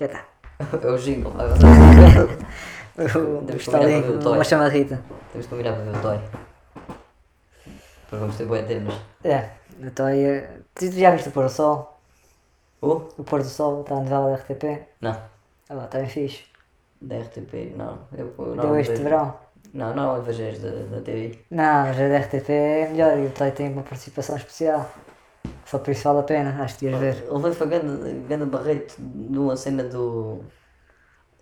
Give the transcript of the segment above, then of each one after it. Já está. É o jingle. Agora O Temos que Stalin, combinar com o Toy. uma chama Rita. temos que combinar para ver o Toy. Depois vamos ter boé temas. É, o Toy. eh, Tu já viste o pôr do sol? O? O pôr do sol está na novela da RTP? Não. Ah, lá, está bem fixe. Da RTP, não. Eu, eu não Deu Então este vejo- verão. Não, não, eu vejo as da, da TV. Não, mas a da RTP é melhor e o Toy tem uma participação especial. Só por isso vale a pena, acho que devias ver. Ele veio para grande, grande barreto numa cena do.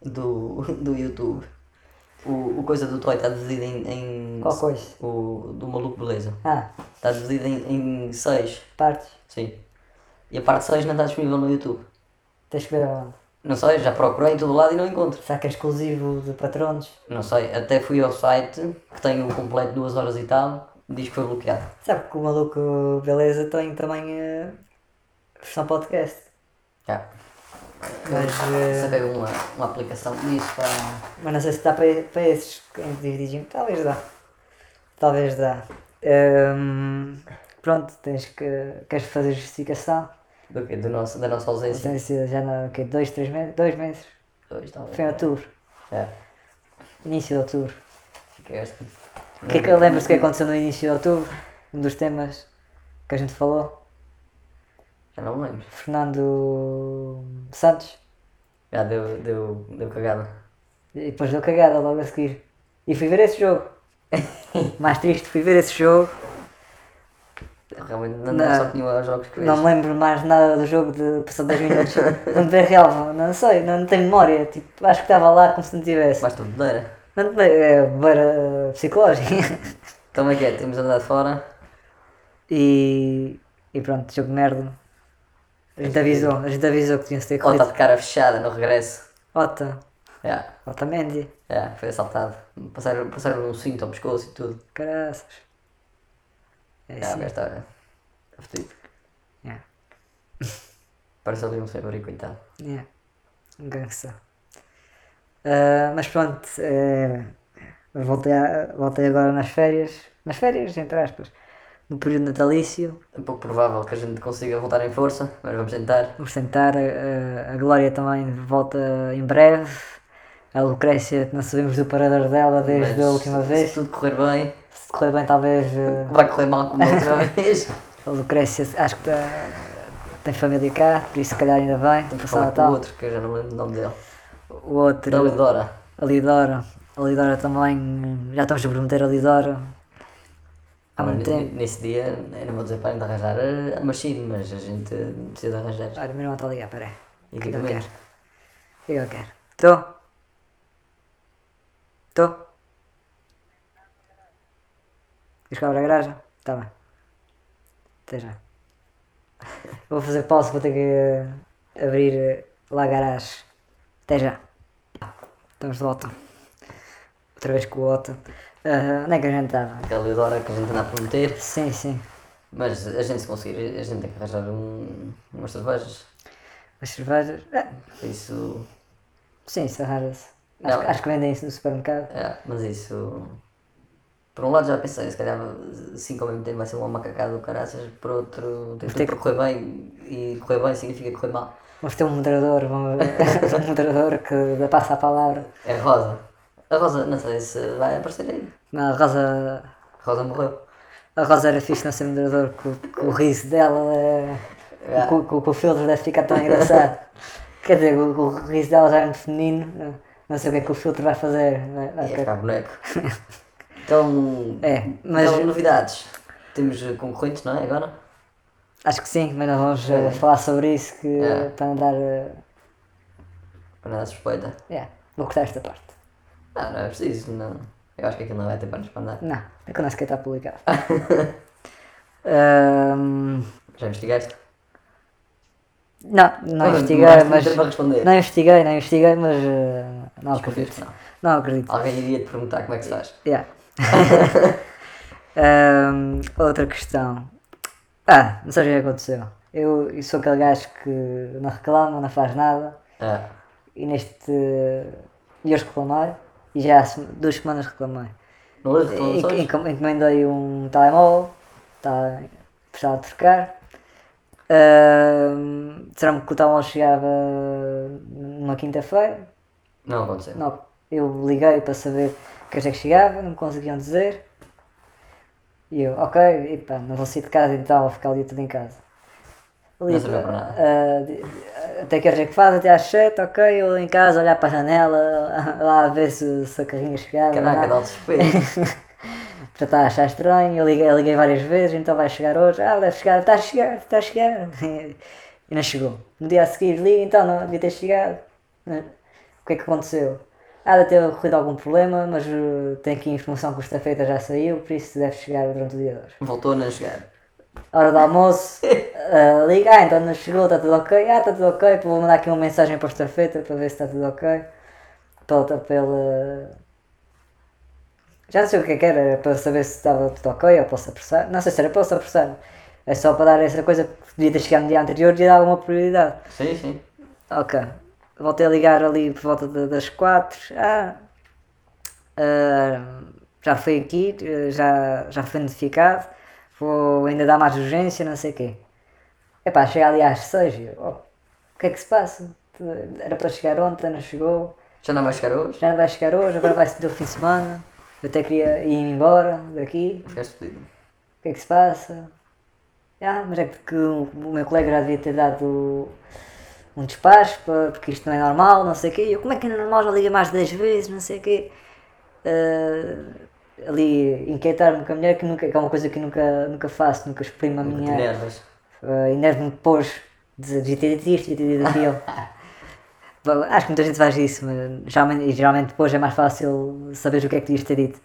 do. do YouTube. O, o coisa do Toy está dividido em. em Qual coisa? O, do maluco beleza. Ah, Está dividido em 6. partes. Sim. E a parte 6 não está disponível no YouTube. Tens que ver aonde. Não sei, já procurei em todo lado e não encontro. Será que é exclusivo de patronos? Não sei, até fui ao site que tem o completo duas horas e tal, diz que foi bloqueado. Sabe que o maluco Beleza tem também eh, versão podcast. Já. Mas, eh, Saquei uma, uma aplicação disso para. mas não sei se dá para, para esses em que dividimos. Talvez dá. Talvez dá. Ehm, pronto, tens que. Queres fazer justificação? Do quê? Do nosso, da nossa ausência. Tem sido já na que dois, três meses? Dois meses. Dois, talvez. Foi em outubro. É. Início de outubro. Fiquei este. O que é que eu lembro-se que aconteceu no início de outubro? Um dos temas que a gente falou. Já não me lembro. Fernando Santos. Já deu, deu, deu cagada. E depois deu cagada logo a seguir. E fui ver esse jogo. Mais triste, fui ver esse jogo. Realmente não, Não. só tinha os jogos que Não vejo. me lembro mais nada do jogo de passou 10 minutos. Não ver real, não sei, não, não tenho memória. Tipo, acho que estava lá como se não tivesse. Mas tudo doeira. Não te- é para psicológica. Como é que é? Temos andado fora. E, e pronto, jogo de merda. A gente avisou, a gente avisou que tinha-se ter Ou está corrido. de cara fechada no regresso. Ota, Já. Otamendi, Já, foi assaltado. Passaram, passaram um cinto ao pescoço e tudo. caraças. É Já, o assim. é. gajo está. está fodido. Yeah. Parece ali um senhor e coitado. É, um gangsta. Ah, mas pronto, eh, voltei, a- voltei agora nas férias, nas férias, entre aspas, no período natalício. É pouco provável que a gente consiga voltar em força, mas vamos tentar. Vamos tentar, eh, a Glória também volta em breve. A Lucrécia, que não sabemos do parador dela desde Mas a última se- vez. Se tudo correr bem, Se correr bem, talvez eh, vai correr mal como a última vez. a Lucrécia, acho que tá- tem família cá, por isso, se calhar, ainda bem. Tem passado Falar com o tal. outro, que eu já não lembro o nome dele. O outro. Da Lidora. A Lidora. A Lidora também. hum, Já estamos a prometer a Lidora. Há Ah, mas muito n- tempo. Nesse dia, eu não vou dizer para ainda arranjar a a machine, mas a gente precisa de arranjar Olha, meu irmão está a ligar, peraí. equipamento. O que é que eu quero? Estou? Estou? Queres que abra a garagem? Está bem. Até já. Vou fazer pausa, vou ter que eh, abrir eh, lá a garagem. Até já. Estamos de volta. Outra vez com o Otto. Ah, onde é que a gente estava? A Lidora que a gente anda a prometer, Sim, sim. mas a gente se conseguir, a gente tem que arranjar um, umas cervejas. As cervejas. Ah, Isso. sim, isso arranja-se. Acho, Não. que- acho que vendem isso no supermercado. É, mas isso. Por um lado já pensei, se calhar assim 5 ao mesmo tempo vai ser uma macacada do caraças, por outro tem tudo para correr bem e correr bem significa correr mal. Vamos ter um moderador, vamos um moderador que passa a palavra. É Rosa. A Rosa, não sei se vai aparecer aí. Não, a Rosa. A Rosa morreu. A Rosa era fixe não ser moderador, que, o- que o riso dela é. Que, o- que o- que o filtro deve ficar tão engraçado. Quer dizer, o, o riso dela já é muito feminino. Não sei o que é que o filtro vai fazer. Vai- vai Ia ficar- é ficar boneco. Então. É, mas- Então, novidades. Temos eh, concorrentes, não é? Agora? Acho que sim, mas não vamos eh, falar sobre isso que, para não dar. eh, Para nada suspeita. yeah, vou cortar esta parte. Não, não é preciso. Não. Eu acho que aquilo não vai ter para nos mandar. Não, é que eu não sequer está publicado. Ahm, Já investigaste? não, não Ah, investiguei, demoraste mas. muito tempo a responder. Não investiguei, não investiguei, mas. eh, não acredito. Desconfias que não. Não acredito. Alguém iria te perguntar como é que estás. Yeah. Ahm, outra questão. Ah, não sei o que aconteceu. Eu, eu sou aquele gajo que não reclama, não faz nada. Ah, E neste. E hoje reclamei. E já há se- duas semanas reclamei. não lês Enco- reclamações? encom- Encomendei um telemóvel, está precisava de tá, trocar. Ahm, Disseram-me que o talão chegava numa quinta-feira. Não aconteceu. Não, eu liguei para saber que horas é que chegava, não me conseguiam dizer. E eu, ok, epá, não vou sair de casa então, vou ficar o dia todo em casa. Não serviu para nada. ah, de- até que horas é que faz? Até às 7, ok, eu em casa, olhar para a janela, lá a ver se, se a carrinha chegava. Caraca, nada. dá o desespero. Já está a achar estranho, eu liguei, eu liguei várias vezes, então vai chegar hoje, ah, deve chegar, está a chegar, está a chegar. E não chegou. No dia a seguir liga, então não devia ter chegado. O que é que aconteceu? Ah, deve ter ocorrido algum problema, mas eh, tem aqui a informação que o feita já saiu, por isso deve chegar durante o dia de hoje. Voltou a não chegar. Hora do almoço, eh, liga, ah, então não chegou, está tudo ok, ah, está tudo ok, vou mandar aqui uma mensagem para o estafeta para ver se está tudo ok. Pela, pela, já não sei o que é que era, era para saber se estava tudo ok ou posso apressar. Não sei se era posso apressar. É só para dar essa coisa que devia ter chegado no dia anterior e dar alguma prioridade. Sim, sim. Ok. Voltei a ligar ali por volta da- das 4. Ah, ah, já foi aqui, eh, já, já foi notificado. Vou ainda dar mais urgência, não sei o quê. Epá, cheguei ali às 6 e eu, oh, o que é que se passa? Era para chegar ontem, não chegou Já não vai chegar hoje? já não vai chegar hoje, agora vai ser o fim de semana. Eu até queria ir embora daqui, Ficaste pedido. o que é que se passa? Ah, mas é porque o o meu colega já devia ter dado um despacho, pa- porque isto não é normal, não sei o quê. E Eu, como é que não é normal? Já liga mais de 10 vezes, não sei o quê. Ah, ali, inquietar-me com a mulher, que, nunca, que é uma coisa que eu nunca, nunca faço, nunca exprimo a Te minha, nervas. Uh, Enerve-me depois de de ter dito isto, de ter dito aquilo. Bom, Acho que muita gente faz isso, mas geralmente, e geralmente depois é mais fácil saber o que é que devias ter dito.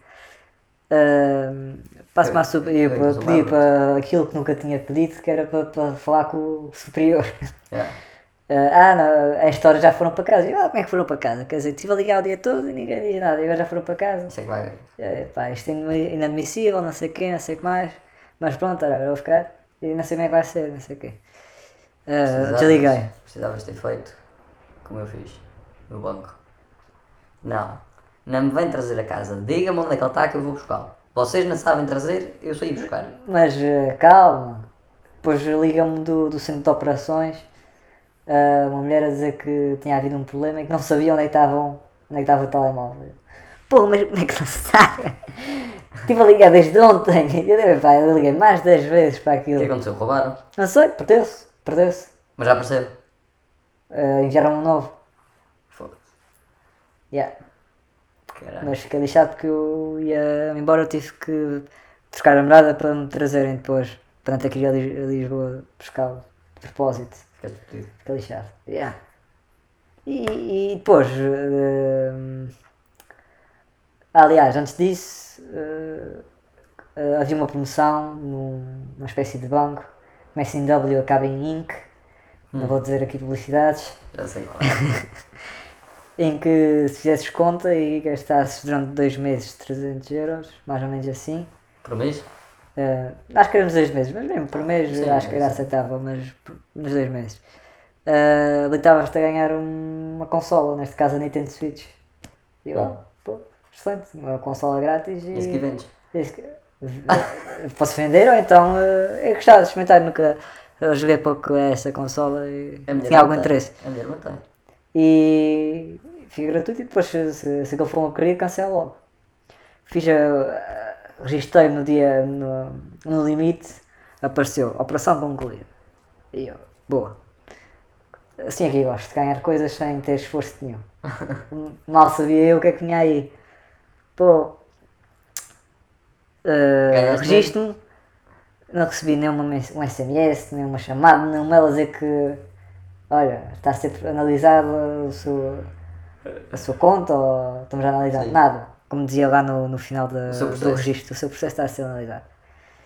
Uh, Passo-me a sub... eu Eu não pedi lembro. para aquilo que nunca tinha pedido, que era para, para falar com o superior. Já. Uh, ah, não, a história já foram para casa. E Eu, ah, como é que foram para casa? Quer dizer, estive a ligar o dia todo e ninguém dizia nada, e agora já foram para casa. Isso é que vai. É, pá, isto é inadmissível, não sei o quê, não sei o que mais. Mas pronto, olha, agora vou ficar e não sei como é que vai ser, não sei o quê. Ah, Precisavas- desliguei. Precisavas ter feito como eu fiz no banco. Não, não me vem trazer a casa. Diga-me onde é que ele está que eu vou buscá-lo. Vocês não sabem trazer, eu sei ir buscar. Mas ah, calma. Depois liga-me do, do centro de operações ah, uma mulher a dizer que tinha havido um problema e que não sabia onde é que estavam. Onde é que estava o telemóvel. Pô, mas como é que não se sabe? Estive a ligar desde ontem. Eu, pá, eu liguei mais 10 vezes para O que aquilo. aconteceu? Roubaram? Não sei, perdeu-se. Perdeu-se. Mas já percebo. Ah, enviaram um novo. Foda-se. Yeah. Caralho. Mas fiquei lixado porque eu ia embora, eu tive que buscar a morada para me trazerem depois. Portanto, eu queria ir a Lis- a Lisboa buscá-lo de propósito. Ficaste pedido. Fiquei lixado. Yeah. E, e depois. eh, aliás, antes disso, eh, eh, havia uma promoção num- numa espécie de banco. Começa em W, acaba em Inc. Não vou dizer aqui publicidades Já sei qual é. em que se fizesses conta e gastasses durante dois meses 300 euros, mais ou menos assim. Por mês? Eh, acho que éramos dois meses, mas mesmo por mês Sim, acho que era sim. aceitável, mas por- nos dois meses. Eh, Habilitavas-te a ganhar um- uma consola, neste caso a Nintendo Switch. E eu, Bom. pô, excelente, uma consola grátis e. Isso que vendes. Diz que- eh, Posso vender ou então eh, eu gostava de experimentar, nunca eu joguei pouco a essa consola e É A minha tinha irmã algum tem. interesse A minha irmã tem. e fica gratuito e depois se, se, se aquilo for uma porcaria cancela logo. Fiz a- a. registrei no dia no, no limite, apareceu, operação concluída. E eu, boa. Assim é que eu gosto de ganhar coisas sem ter esforço nenhum. Mal sabia eu o que é que tinha aí. Pô. Uh, Ganhaste Registro-me. Não recebi nenhuma mens- um SMS, nenhuma chamada, nenhuma ela dizer que olha, está a ser analisada o seu- a sua conta ou estamos a analisar Sim. nada. Como dizia lá no, no final da- seu do processo. registro, o seu processo está a ser analisado.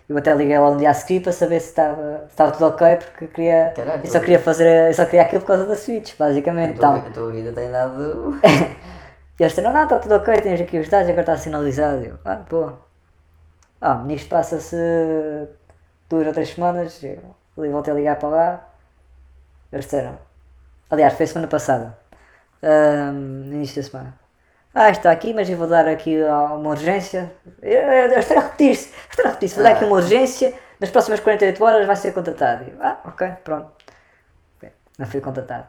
Eu até liguei lá um dia a seguir para saber se estava, se estava tudo ok, porque queria, Caralho, eu só tudo. queria fazer, eu só queria aquilo por causa da Switch, basicamente. Então. Então, A tua vida tem dado. e eles disseram, não, não, está tudo ok, tens aqui os dados, agora está sinalizado. Eu, ah, boa. Ah, menino, isto passa-se duas ou três semanas, eu li- voltei a ligar para lá. Eles disseram, aliás, foi semana passada, ahm, no início da semana. Ah, está aqui, mas eu vou dar aqui ah, uma urgência. Eu, eu, eu estou a repetir-se, estou a repetir-se, vou dar aqui uma urgência nas próximas 48 horas vai ser contratado. E eu, ah, ok, pronto. Ok, Não fui contratado.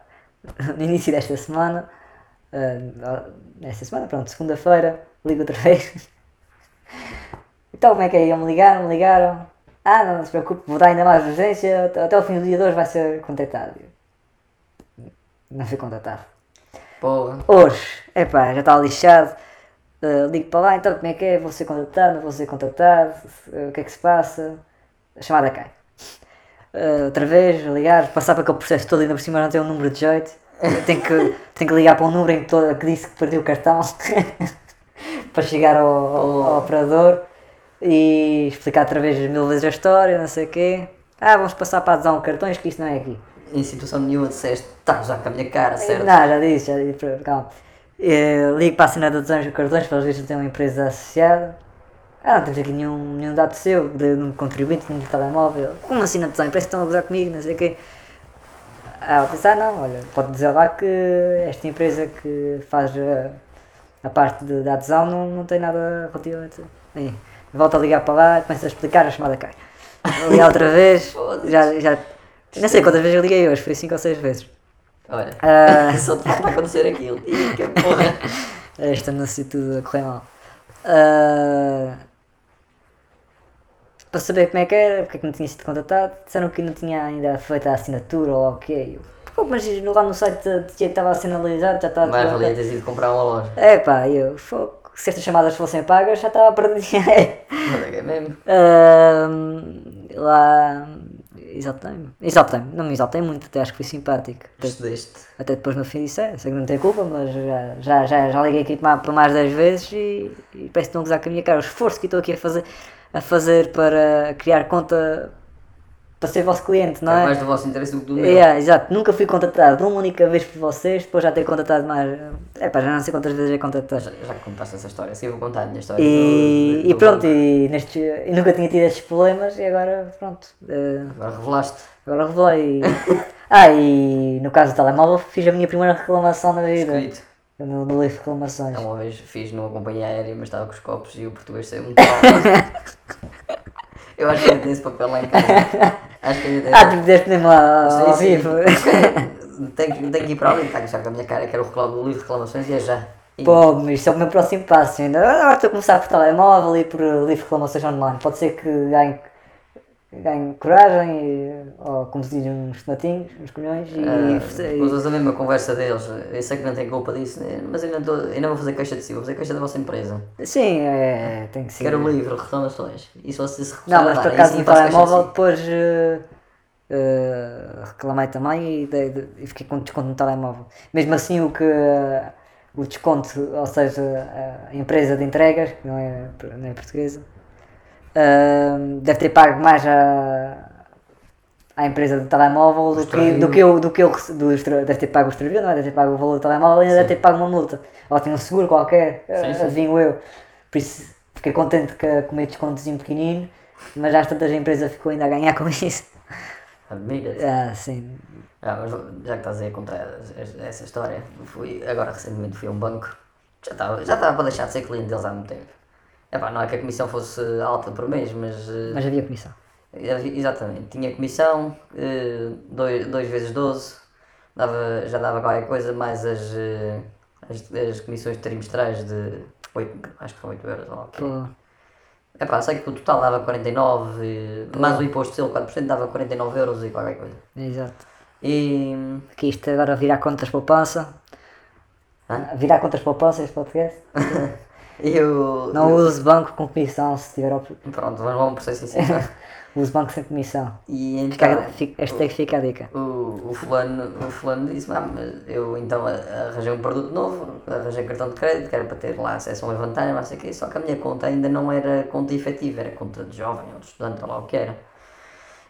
No início desta semana, ah, nesta semana, pronto, segunda-feira, ligo outra vez. Então como é que é? Eles me ligaram, me ligaram. Ah, não, não se preocupe, vou dar ainda mais urgência, até- até o fim do dia de hoje vai ser contratado. Eu, Não fui contratado. Porra. Hoje, epá, já está lixado. Uh, ligo para lá, então como é que é? Vou ser contratado, não vou ser contratado? Uh, o que é que se passa? A chamada cai. Uh, outra vez, ligar, passar para aquele processo todo, ainda por cima não tem um número de jeito. Tenho que, tenho que ligar para um número em que, todo, que disse que perdi o cartão para chegar ao, ao- ao operador e explicar outra vez mil vezes a história, não sei o quê. Ah, vamos passar para adesão de cartões, que isso não é aqui. Em situação nenhuma disseste, está a usar com a minha cara, certo? Não, já disse, já disse, pronto, calma. Eh, ligo para a cena de adesões e cartões, pelos vistos tem uma empresa associada. Ah, não temos aqui nenhum, nenhum dado seu, de um contribuinte, nenhum telemóvel. Como assim na adesão? Parece que estão a gozar comigo, não sei o quê. Ah, eu pensei, ah, não, olha, pode dizer lá que esta empresa que faz eh, a, parte de, da adesão não, não tem nada relativamente. Aí, volto a ligar para lá, começo a explicar, a chamada cai. Vou Ligar outra vez, já, já. Não sei quantas vezes eu liguei hoje, foi 5 ou 6 vezes. Olha, Ah. só te falta acontecer aquilo. Ih, que porra. Esta não sei tudo a correr mal. Ah, para saber como é que era, porque é que não tinha sido contratado, disseram que não tinha ainda feito a assinatura ou o quê. Eu, "Pô, Mas lá no site dizia que estava sinalizado, já estava. Mais tudo valia ok." teres ido comprar uma loja. É pá, eu, "Fogo, se estas chamadas fossem pagas, já estava perdido dinheiro. Olha, que é mesmo. Ahm, lá. Exaltei-me. Exaltei-me, não me exaltei muito, até acho que fui simpático. Até Estudeste. até depois no fim disse, é, sei que não tem culpa, mas já, já, já, já liguei aqui para mais 10 vezes e, e peço que não gozar com a minha cara. O esforço que estou aqui a fazer, a fazer para criar conta para ser vosso cliente, não É é? mais do vosso interesse do que do meu. Yeah, exato, nunca fui contratado uma única vez por vocês, depois já ter contratado mais. É pá, já não sei quantas vezes é contratado. Já, já contaste essa história, assim eu vou contar a minha história. E, do- do- e do- pronto, e, neste, e nunca tinha tido estes problemas e agora, pronto. eh, Agora revelaste. agora revelei. ah, e no caso do telemóvel, fiz a minha primeira reclamação na vida. Querido. Eu não, não leio reclamações. Eu Uma vez fiz numa companhia aérea, mas estava com os copos e o português saiu muito mal. Eu acho que ainda tem esse papel lá em casa. Acho que ainda tem. Ah, tu deste mesmo lá ao ao Sim, vivo. sim. Tenho que- tenho que ir para ali, está a gostar com a minha cara, quero reclamar do livro de reclamações e é já. E Pô, mas isso é o meu próximo passo ainda. Ah, Agora estou a começar por telemóvel e por eh, livre reclamações online. Pode ser que ganhe, ganhe coragem, e, ou como se diz, uns tomatinhos, uns colhões e... Eh, e- usas ah, a mesma conversa deles. Eu sei que não tem culpa disso, né? mas eu não, tô, eu não vou fazer queixa de si, vou fazer queixa da vossa empresa. Sim, é, tem que ser. Quero o livro de reclamações. E se vocês se Não, recusarem mas por a dar, aí acaso sim no faço queixa de telemóvel si. depois eh, eh, reclamei também e, dei- de- e fiquei com desconto no telemóvel. Mesmo assim o que eh, o desconto, ou seja, a empresa de entregas, que não é, não é portuguesa, eh, deve ter pago mais à, à empresa de telemóvel do que, do que eu, do que eu rece- do, extra- deve ter pago o extravio, não é? Deve ter pago o valor do telemóvel e ainda deve ter pago uma multa. Ou tinha um seguro qualquer, eh, sim. adivinho eu. Por isso fiquei contente que, com o meu descontozinho pequenino, mas às tantas a empresa ficou ainda a ganhar com isso. Admira-te. Ah, sim. Ah, mas já que estás aí a contar es- essa história, fui, agora recentemente fui a um banco, já estava já estava para deixar de ser cliente deles há muito tempo. Epá, não é que a comissão fosse alta por mês, mas. eh, Mas havia comissão. havia- Exatamente, tinha comissão, 2 vezes 12, dava, já dava qualquer coisa, mais as, eh, as, as comissões trimestrais de 8, acho que são 8 euros ou lá o quê. Pô, Epá, sei que o total dava 49, eh, mais o imposto dele, 4%, dava 49 euros e qualquer coisa. exato. E. Aqui isto agora virar contas poupança. Hã? Virar contas poupança este podcast. Eu. Não use banco com comissão se tiver. op- Ppronto, vamos lá um processo em cima. Use banco sem comissão. e Fica, então. fica, hashtag fica a dica. O, o, fulano, o fulano disse: "Ah, mas eu então a- arranjei um produto novo, arranjei cartão de crédito, que era para ter lá acesso a um levantar, não sei o quê, só que a minha conta ainda não era conta efetiva, era conta de jovem ou de estudante, ou lá o que era.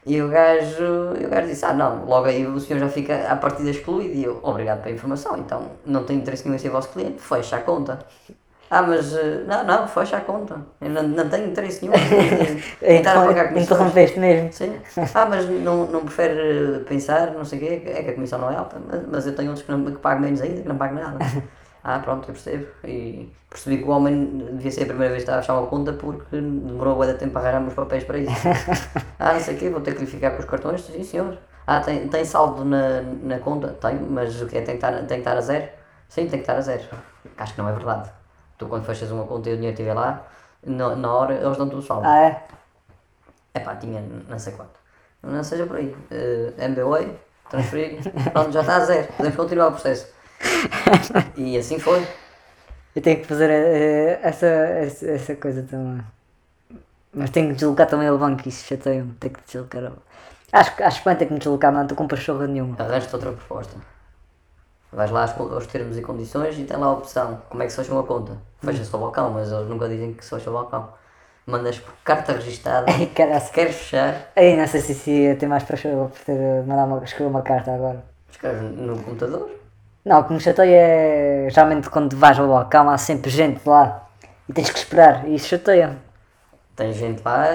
E o gajo, e o gajo disse: Ah, não, logo aí o senhor já fica à partida excluído. E eu, obrigado pela informação, então não tenho interesse nenhum em ser vosso cliente, fecha a conta. Ah, mas eh, não, não, fecha a conta, eu não, não tenho interesse nenhum em, em estar a pagar Interrom- comissões. É, Interrompeste mesmo. Sim. Ah, mas não, não prefere pensar, não sei o quê, é que a comissão não é alta, mas, mas eu tenho outros que, não, que pago menos ainda, que não pago nada. Ah, pronto, eu percebo. E percebi que o homem devia ser a primeira vez que estava a achar uma conta porque demorou bué de tempo a arranjar meus papéis para isso. ah, não sei o quê, vou ter que lhe ficar com os cartões? Sim, senhor. Ah, tem, tem saldo na, na conta? Tem, mas o quê? Tem que, estar, tem que estar a zero? Sim, tem que estar a zero. Acho que não é verdade. Tu quando fechas uma conta e o dinheiro estiver lá, na, na hora eles dão-te o saldo. Ah, é? É pá, tinha não sei quanto. Não seja por aí. Eh, MBWay, transferir, pronto, já está a zero. Podemos continuar o processo. E assim foi. Eu tenho que fazer eh, essa, essa, essa coisa também. Mas tenho que deslocar também o banco, isso chateia-me. Tenho que deslocar. ao- Acho, que- acho que bem ter que me deslocar, mano. Tu compras chorra nenhuma. Arranjo-te outra proposta. Vais lá aos, co- aos termos e condições e tem lá a opção. Como é que se fecha uma conta? Fecha-se o balcão, mas eles nunca dizem que se fecha o balcão. Mandas por carta registada. Ai, caraca. se queres fechar, Ai, não sei se, se ia ter mais para chorar por ter eh, mandado uma, escrever uma carta agora. escreves no computador. Não, o que me chateia é. Geralmente quando vais ao balcão há sempre gente lá e tens que esperar. E isso chateia-me. Tem gente lá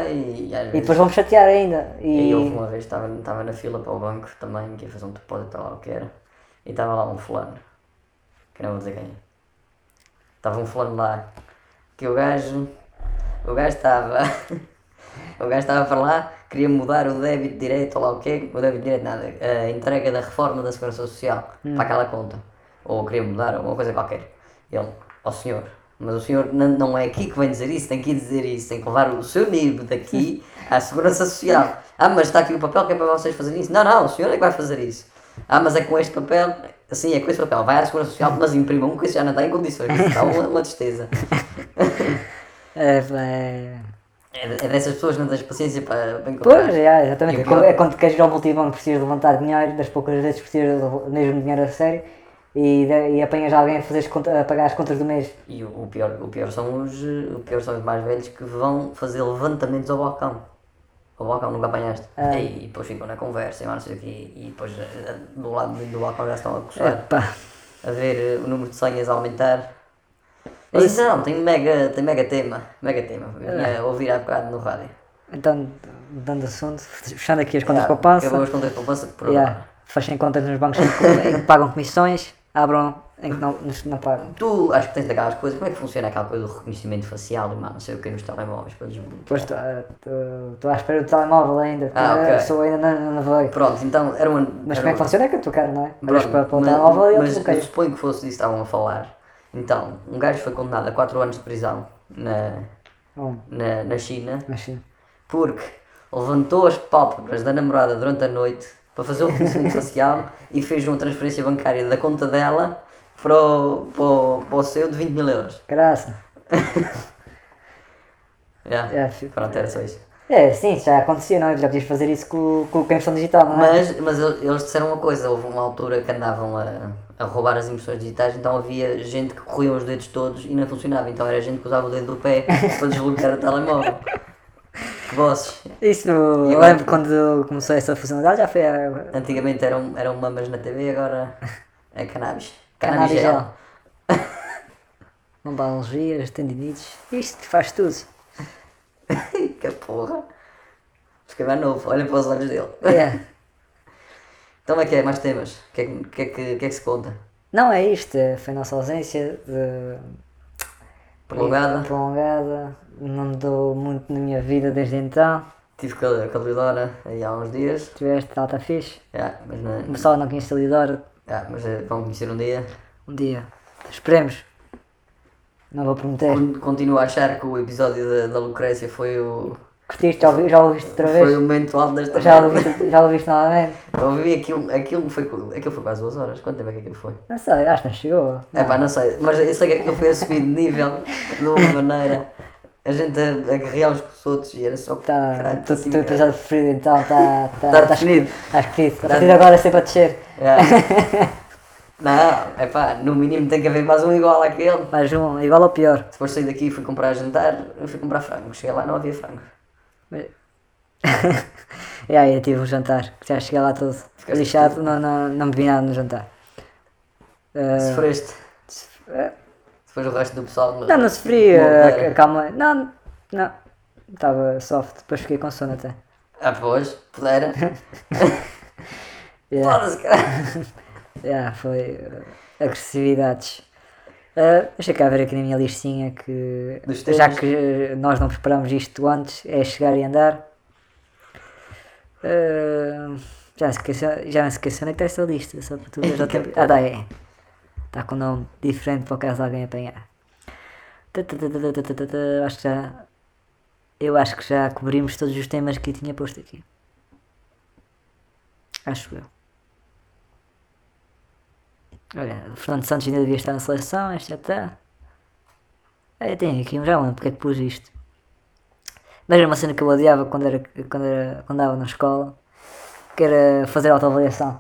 E e, às vezes. depois vão-me chatear ainda. É E E. houve uma vez, estava, estava na fila para o banco também, que ia fazer um depósito, sei lá o que era, e estava lá um fulano, que não vou dizer quem é. Estava um fulano lá, que o gajo, o gajo estava, o gajo estava para lá, queria mudar o débito direito, ou lá o quê, o débito direito nada, a entrega da reforma da Segurança Social para aquela conta, ou queria mudar, alguma coisa qualquer. Ele, ó senhor, mas o senhor não, não é aqui que vem dizer isso, tem que ir dizer isso, tem que levar o seu NIB daqui à Segurança Social. Ah, mas está aqui o papel que é para vocês fazerem isso. Não, não, o senhor é que vai fazer isso. Ah, mas é com este papel, sim, é com este papel, vai à Segurança Social, mas imprima um que isso já não está em condições, isso está uma, uma tristeza. É, é... É, de- é dessas pessoas que não tens paciência para, para encontrar. Pois, já, E exatamente. o pior- É quando queres ir ao multibanco, precisas levantar dinheiro, das poucas vezes precisas do mesmo dinheiro a sério e, de- e apanhas alguém a, fazer as conta- a pagar as contas do mês. E o, o pior, o, pior são os, eh, o pior são os mais velhos que vão fazer levantamentos ao balcão. Ao balcão nunca apanhaste. É. E, depois ficam na conversa e mais não sei o quê. E depois eh, do lado do balcão já estão a coçar. Epá. A ver eh, o número de senhas a aumentar. É Mas isso não, tem mega, tem mega tema. Mega tema. É. Vinha a ouvir há bocado no rádio. Então, dando assunto, fechando aqui as contas com a Ah, Acabou pança, as contas de poupança por agora. yeah, fechem contas nos bancos em que- em que pagam comissões, abram em que não, nos- não pagam. Tu acho que tens daquelas coisas. Como é que funciona aquela coisa do reconhecimento facial e mais não sei o que nos telemóveis para desbloquear? Depois estou à espera do telemóvel ainda, Ah, ok. a pessoa ainda não, não, veio. Pronto, então era uma. Mas era como é que uma- funciona? É que tu quero, não é? Olhas Pronto, para, para o mas- telemóvel e ele mas eu desbloqueia. suponho que fosse disso que estavam a falar. Então, um gajo foi condenado a 4 anos de prisão na, Bom, na, na China mas sim. porque levantou as pálpebras da namorada durante a noite para fazer o reconhecimento facial e fez uma transferência bancária da conta dela para o, para o, para o seu de 20 mil euros. Graça. Yeah. Yeah, fi- Pronto, era só isso. É, sim, já acontecia, não? é? Já podias fazer isso com, com a impressão digital, não é? Mas, mas el- eles disseram uma coisa, houve uma altura que andavam a, a roubar as impressões digitais, então havia gente que corriam os dedos todos e não funcionava, então era gente que usava o dedo do pé para desbloquear o telemóvel. Que bosses. Isso, eu agora- lembro quando começou essa funcionalidade, já foi a... Antigamente eram, eram mamas na TV, agora é cannabis. Cannabis gel. gel. Lombalgias, tendinites, isto faz tudo. que porra. Ficava novo, olha para os olhos dele. É. Então é que é, mais temas. O que é que, que, é que, que é que se conta? Não é isto, é, foi a nossa ausência de... Prolongada, prolongada, não mudou muito na minha vida desde então, tive cal- calidora aí há uns dias, tiveste alta fixe, yeah, mas, o não, pessoal não conhece Lidor yeah, mas eh, vão conhecer um dia. um dia, esperemos, não vou prometer. Con- Continuo a achar que o episódio da, da Lucrécia foi o, Curtiste, já, ouvi- já ouviste outra foi o vez? momento alto desta É Já merda. ouviste, já ouviste novamente? Eu ouvi aquilo, aquilo foi, co- aquilo foi quase duas horas. Quanto tempo é que aquilo foi? Não sei, acho que não chegou. É pá, não sei, mas eu sei que aquilo foi a subir de nível de uma maneira. A gente a, a guerreá-los com os outros e era só. Tá, caralho, tu assim, tu episódio preferido então tá. Tá, Tá definido. Tá escrito. A partir de agora é sempre a descer. é. Não, é pá, no mínimo tem que haver mais um igual àquele. Mais um, igual ou pior. Depois saí daqui e fui comprar jantar, eu fui comprar frango. Cheguei lá não havia frango. Mas- e aí eu tive um jantar, que já cheguei lá todo lixado, não, não, não bebi nada no jantar. Ah, Sofreste. Depois o resto do pessoal. É. não, não sofri, Voltar. ah, calma. Não, não. Estava soft, depois fiquei com sono até. Ah, pois, pudera. Yeah, É. Foda-se, cara. yeah, foi ah, eh, agressividades. Ah, deixa cá ver aqui na minha listinha que Dos já temas. que nós não preparamos isto antes, é chegar e andar. Ah, já me esqueci, já me esqueci onde é que está esta lista, só para tu veres ao tempo. Ah, tá, é. Está com um nome diferente para o caso de alguém apanhar. Tá, tá, tá, tá, tá, tá, tá, tá, Acho que já. Eu acho que já cobrimos todos os temas que eu tinha posto aqui. Acho eu. Olha, o Fernando Santos ainda devia estar na seleção, este já está. Ah, eu tenho aqui um já lembro porque é que pus isto. Mas era uma cena que eu odiava quando era, quando era quando andava na escola, que era fazer autoavaliação.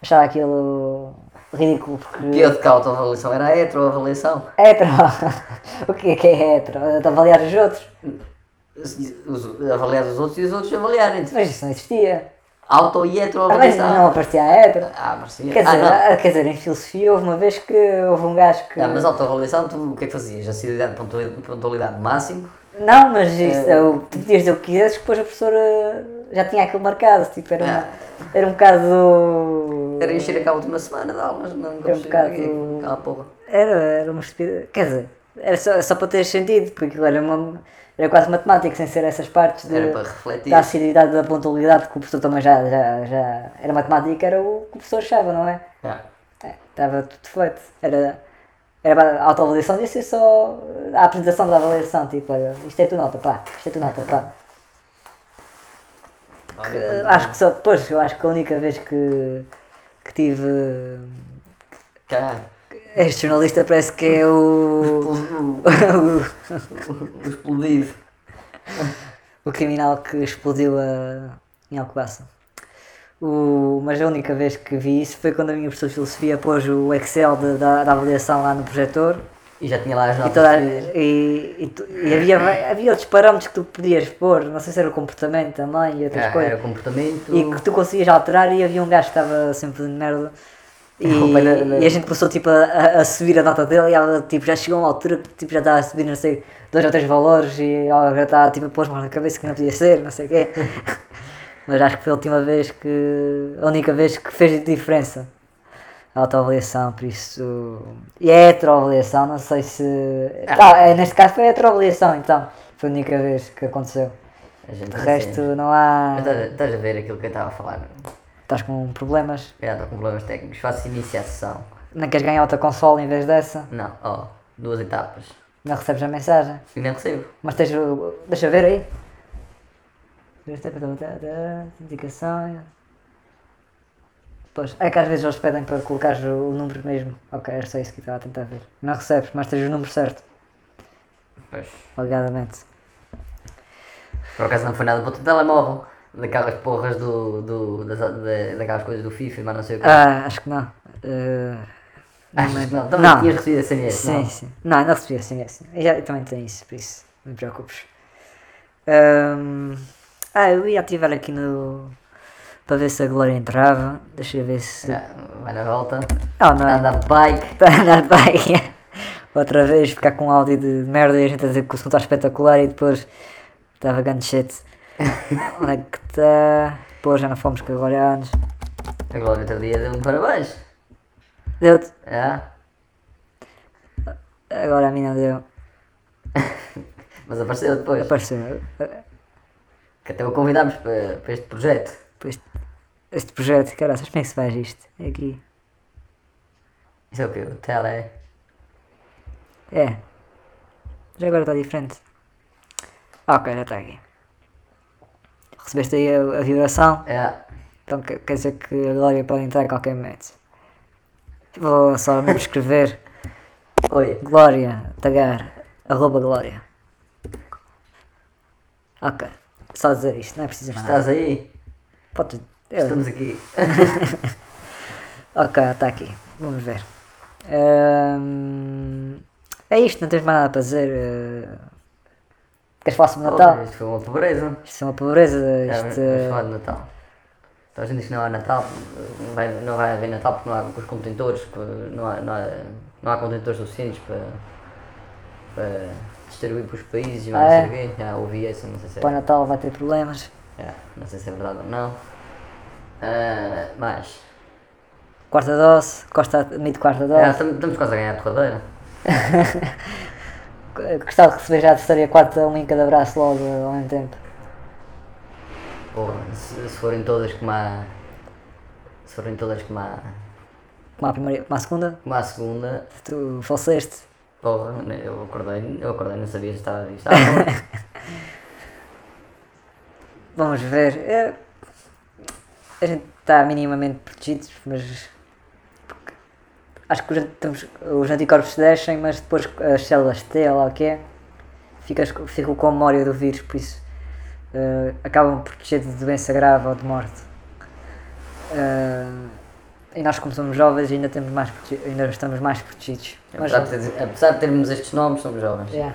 Achava aquilo ridículo porque. é Pior do que a autoavaliação era a heteroavaliação. Hetero! o que é que é hetero? De avaliar os outros. Os- Avaliar os outros e os outros avaliarem-te. Mas isso não existia. Auto Ah, e mas não heteroavaliação. aparecia a hetero. Ah, Marcia. Quer ah, dizer, não. ah, quer dizer, em filosofia houve uma vez que houve um gajo que. Ah, mas autoavaliação, tu o que é que fazias? Assiduidade, pontualidade, pontualidade máximo? Não, mas isso, É. eu, tu podias dizer o que quisesses, depois a professora já tinha aquilo marcado, tipo, era, uma- É. era um bocado. Era encher aquela última semana de aulas, não É um bocado- Cala a porra. Era, era uma estupidez. Quer dizer, era só, só para ter sentido, porque aquilo era, uma, era quase matemática, sem ser essas partes de, Era para refletir. da assiduidade, da pontualidade, que o professor também já, já, já. Era matemática, era o que o professor achava, não é? Ah, É, Estava tudo feito. Era, era para a autoavaliação disso e só a apresentação da avaliação. Tipo, olha, isto é tu nota, pá. Isto é tu nota, pá. Que, acho que só depois, eu acho que a única vez que, que tive. Caralho. Este jornalista parece que é o. O, o, o- o explodido. o criminal que explodiu a, em Alcobaça. O, mas a única vez que vi isso foi quando a minha professora de filosofia pôs o Excel de- da- da avaliação lá no projetor E já tinha lá as E, notas. toda- e- e tu- e havia, va- havia outros parâmetros que tu podias pôr, não sei se era o comportamento também e outras Ah, coisas, era comportamento. e que tu conseguias alterar e havia um gajo que estava sempre de merda. E, É O pai da- da- e a gente começou tipo, a- a, a subir a nota dele e ela tipo, já chegou a uma altura que tipo, já estava a subir não sei, dois ou três valores e ela já estava tipo, a pôr as mãos na cabeça que não podia ser, não sei o quê. Mas acho que foi a última vez que. a única vez que fez diferença. A autoavaliação, por isso. E é a heteroavaliação, não sei se. Ah, é, neste caso foi a heteroavaliação, então. Foi a única vez que aconteceu. A gente De assim. resto, ah, não há. Mas Estás estás a ver aquilo que eu estava a falar? é? Estás com problemas. Já estou tá com problemas técnicos. Faço iniciação. Não queres ganhar outra consola em vez dessa? Não, ó. duas etapas. Não recebes a mensagem. E não recebo. Mas tens. o- Deixa eu ver aí. Indicação. Pois, é que às vezes eles pedem para colocares o o número mesmo. Ok, era só isso que eu estava a tentar ver. Não recebes, mas tens o número certo, Pois. alegadamente. Por acaso não foi nada para o telemóvel. Daquelas porras do. do das, da- daquelas coisas do FIFA, mas não sei o que. Ah, acho que não. Eh, Achas que não? Também Não. tinhas recebido SMS, sim, não? sim. Não, não recebi assim, assim. Eu, já- eu também tenho isso, por isso, não te preocupes. Ahm, ah, eu ia ativar aqui no. para ver se a Glória entrava. Deixa eu ver se. Já, vai na volta. Oh, não, É. Anda de bike. Está a andar de bike. Outra vez ficar com um áudio de merda e a gente a dizer que o som está espetacular e depois estava grande shit. Onde é que está? Pô, já não fomos com a Glória há anos. Agora outro dia deu-me parabéns. Deu-te. Já. Agora a mim não deu. Mas apareceu depois. Apareceu. eh, Que até o convidámos para, para este projeto. Pois, Este, projeto, cara, sabes como é que se faz isto? É aqui. Isso é o quê? O tele. É. Já agora está diferente. Ok, já está aqui. Recebeste aí a, a vibração. Já. Então que- quer dizer que a Glória pode entrar a qualquer momento. Vou só mesmo escrever Oi. Glória, tagar, arroba Glória. Ok. Só dizer isto, não é preciso mais nada. Estás aí? Podes. eu- Estamos aqui. Ok, está aqui. Vamos ver. Ahm, é isto, não tens mais nada para dizer. eh, Queres falar sobre Natal? Oh, isto foi uma pobreza. Isto é uma pobreza. Já, Isto, eh, Vamos falar de Natal. Então a gente diz que não há Natal, não vai, não vai haver Natal porque não há os contentores, que não há, não há, não há contentores suficientes para, para distribuir para os países, mas Ah, é? não sei o quê. Já ouvi isso, não sei se é, para o Natal vai ter problemas. já, não sei se é verdade ou não. Ah, mas, Quarta dose, Costa admite quarta já, dose. estamos, estamos quase a ganhar a torradeira. Eh, Gostava de receber já a terceira e a quarta, um em cada braço logo ao mesmo tempo. Porra, se, se forem todas como a. Se forem todas como a. Como à primeira, como à segunda, Como a segunda. tu faleceste. Porra, mano, eu acordei, eu acordei, não sabia se estava visto. Ah, Vamos ver. é- A gente está minimamente protegido, mas. Acho que os, ant- estamos- os anticorpos descem, mas depois as células T, ou lá o que é, ficas, ficam com a memória do vírus, por isso eh, acabam por proteger de doença grave ou de morte. Eh, e nós, como somos jovens, ainda, temos mais prote- ainda estamos mais protegidos. Mas, É. apesar, de, ter- apesar de termos estes nomes, somos jovens. yeah,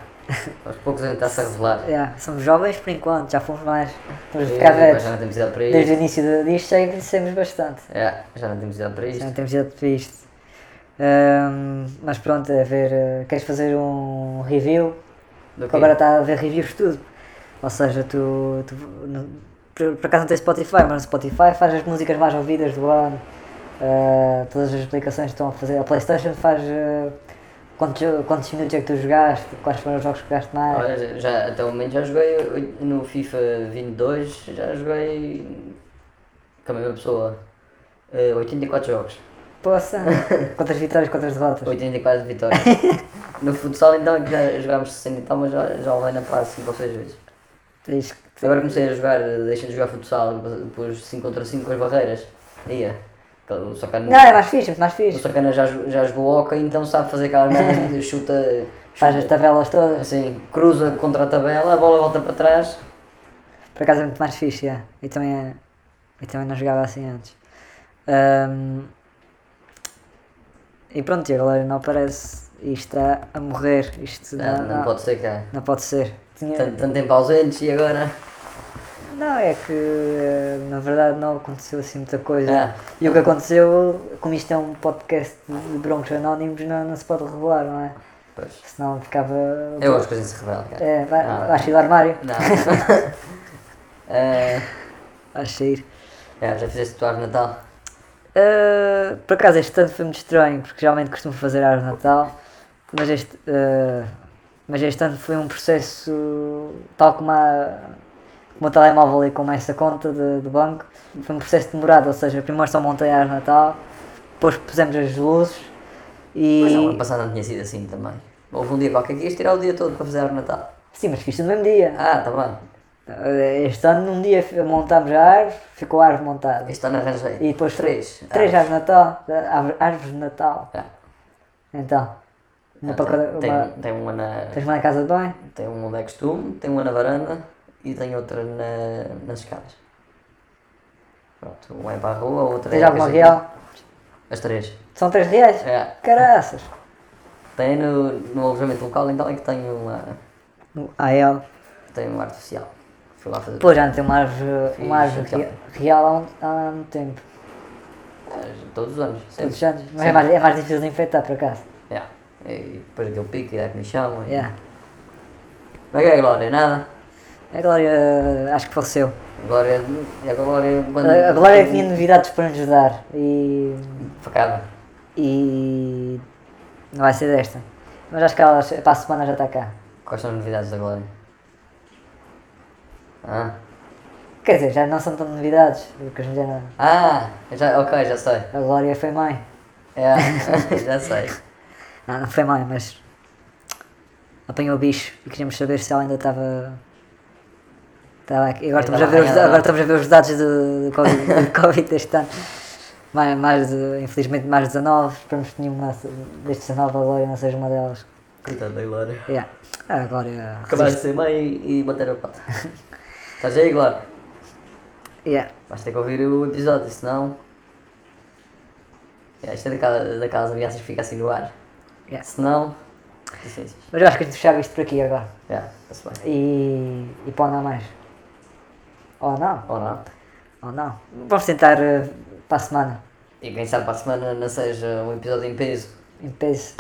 Aos poucos a gente está-se a revelar. yeah, somos jovens por enquanto, já fomos mais. Estamos É, É, cada já não temos idade para Desde isto. o início do- disto já envelhecemos bastante. É, já não temos idade para Já não isto. temos jeito para isto. Ahm, mas pronto, é ver. eh, queres fazer um review? Do Porque quê? agora está a haver reviews de tudo. Ou seja, tu. tu no- por, por acaso não tens Spotify, mas no Spotify faz as músicas mais ouvidas do ano. ah, todas as aplicações que estão a fazer. A Playstation faz ah, quantos, jo- quantos minutos é que tu jogaste, quais foram os jogos que jogaste mais. Olha, já- já, até o momento já joguei oito- no FIFA 22, já joguei com a mesma pessoa eh, 84 jogos, Poça! quantas vitórias, quantas derrotas. 84 vitórias. no futsal então é que já jogámos 60 e tal, mas já, já levei na praça 5 ou 6 vezes. Tens que- Agora comecei a jogar, eh, deixei de jogar futsal, pus 5 contra 5 com as barreiras. Ia. O Socano, Não, é mais fixe, é mais o fixe. Socano já, jo- já jogou hockey, então sabe fazer aquela merda de chuta, Faz as chuta tabelas todas. assim, cruza contra a tabela, a bola volta para trás. Por acaso é muito mais fixe, é. Eu também, é- eu também não jogava assim antes. Ahm, e pronto, e a galera não aparece. E está a morrer. Isto não, É, Não, não, não- pode ser cá. não pode ser. Tinha- Tanto, tanto tempo ausentes e agora. Não, é que eh, na verdade não aconteceu assim muita coisa. Ah. E o que aconteceu, como isto é um podcast de broncos anónimos, não, não se pode revelar, não é? Pois. Senão ficava. Ah, Eu acho que a gente se revela, cara. É, vai, Ah. vai sair do armário. Não. Eh, Vai sair. é, já fizeste o ar de Natal? Uh, por acaso este ano foi muito estranho, porque geralmente costumo fazer árvore de Natal, mas este, uh, mas este ano foi um processo, tal como, a, como o telemóvel e como essa conta de- do banco, foi um processo demorado, ou seja, primeiro só montei a árvore de Natal, depois pusemos as luzes Mas não, o ano e... passado não tinha sido assim também. Houve um dia qualquer que ias tirar o dia todo para fazer o Natal. Sim, mas fiz tudo no mesmo dia. Ah, tá bem. Uh, Este ano num dia f- montámos a árvore, ficou a árvore montada. Este ano arranjei. E depois três. Três árvores de Natal, árvore- árvores de Natal, Ah, então... Uma ah, para cada, tem, uma- tem uma na. Tens lá na casa de banho? Tem uma onde é costume, tem uma na varanda e tem outra na, nas escadas. Pronto, uma é para a rua, a outra Tens é. alguma real? As três. São 3 reais? É. Caraças! Tem no, no alojamento local, então é que tem uma. No Ah, é, AL. Tem um artificial. Fui lá fazer. Pô, já não tem uma árvore, uma Fiz, árvore então. rea- real há, um, há muito tempo. Mas Todos os anos, sempre. Muitos anos. Mas é mais, é mais difícil de infectar, por acaso. É. Yeah. E depois aquele pico e é dá comichão. E... Yeah. Mas que é a Glória? Nada. A Glória, acho que faleceu. A Glória. é A Glória. é Quando... A a Glória é tinha novidades para nos dar e. Facada. e. não vai ser desta. Mas acho que ela che- para a semana já está cá. Quais são as novidades da Glória? Ah. Quer dizer, já não são tão novidades, porque as mulheres. não- Ah! Já, ok, já sei. A Glória foi mãe. É, já sei. Ah, Não, não foi mãe, mas apanhou o bicho e queríamos saber se ela ainda estava. Estava aqui. E Agora estamos, a ver os, apanhada. agora estamos a ver os dados do, do, COVID, do Covid deste ano. Mais, mais de- infelizmente mais 19, esperamos que nenhuma se- destes 19 agora não seja uma delas. Coitada da Glória. Yeah. Ah, Agora. Acabaste de ser mãe e bater a pata. Estás aí, Glória? Yeah. Vais ter que ouvir o episódio, senão. É, isto é daquela- daquelas ameaças que fica assim no ar. Yeah. Se não. Licenças. Mas eu acho que fechava isto por aqui agora. Já, está-se bem. E. e pode não mais. Ou não? Ou não. Ou não? Vamos tentar eh, para a semana. E quem sabe para a semana não seja um episódio em peso. Em peso.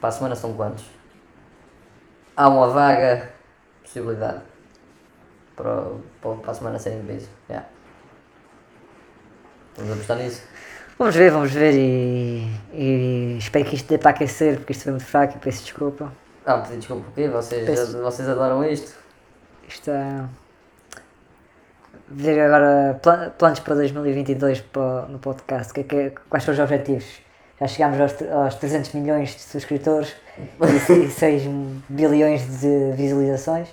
Para a semana são quantos? Há uma vaga possibilidade para, o- para, o- para a semana ser em peso. Já. Vamos apostar nisso? Vamos ver, vamos ver e, e Espero que isto dê para aquecer, porque isto foi muito fraco e peço desculpa. Ah, pedi desculpa, porque vocês, Peço- vocês adoram isto. Isto é. Ver agora pla- planos para 2022 para- no podcast. Que, é que, quais são os objetivos? Já chegámos aos, tre- aos 300 milhões de subscritores e 6 bilhões de visualizações.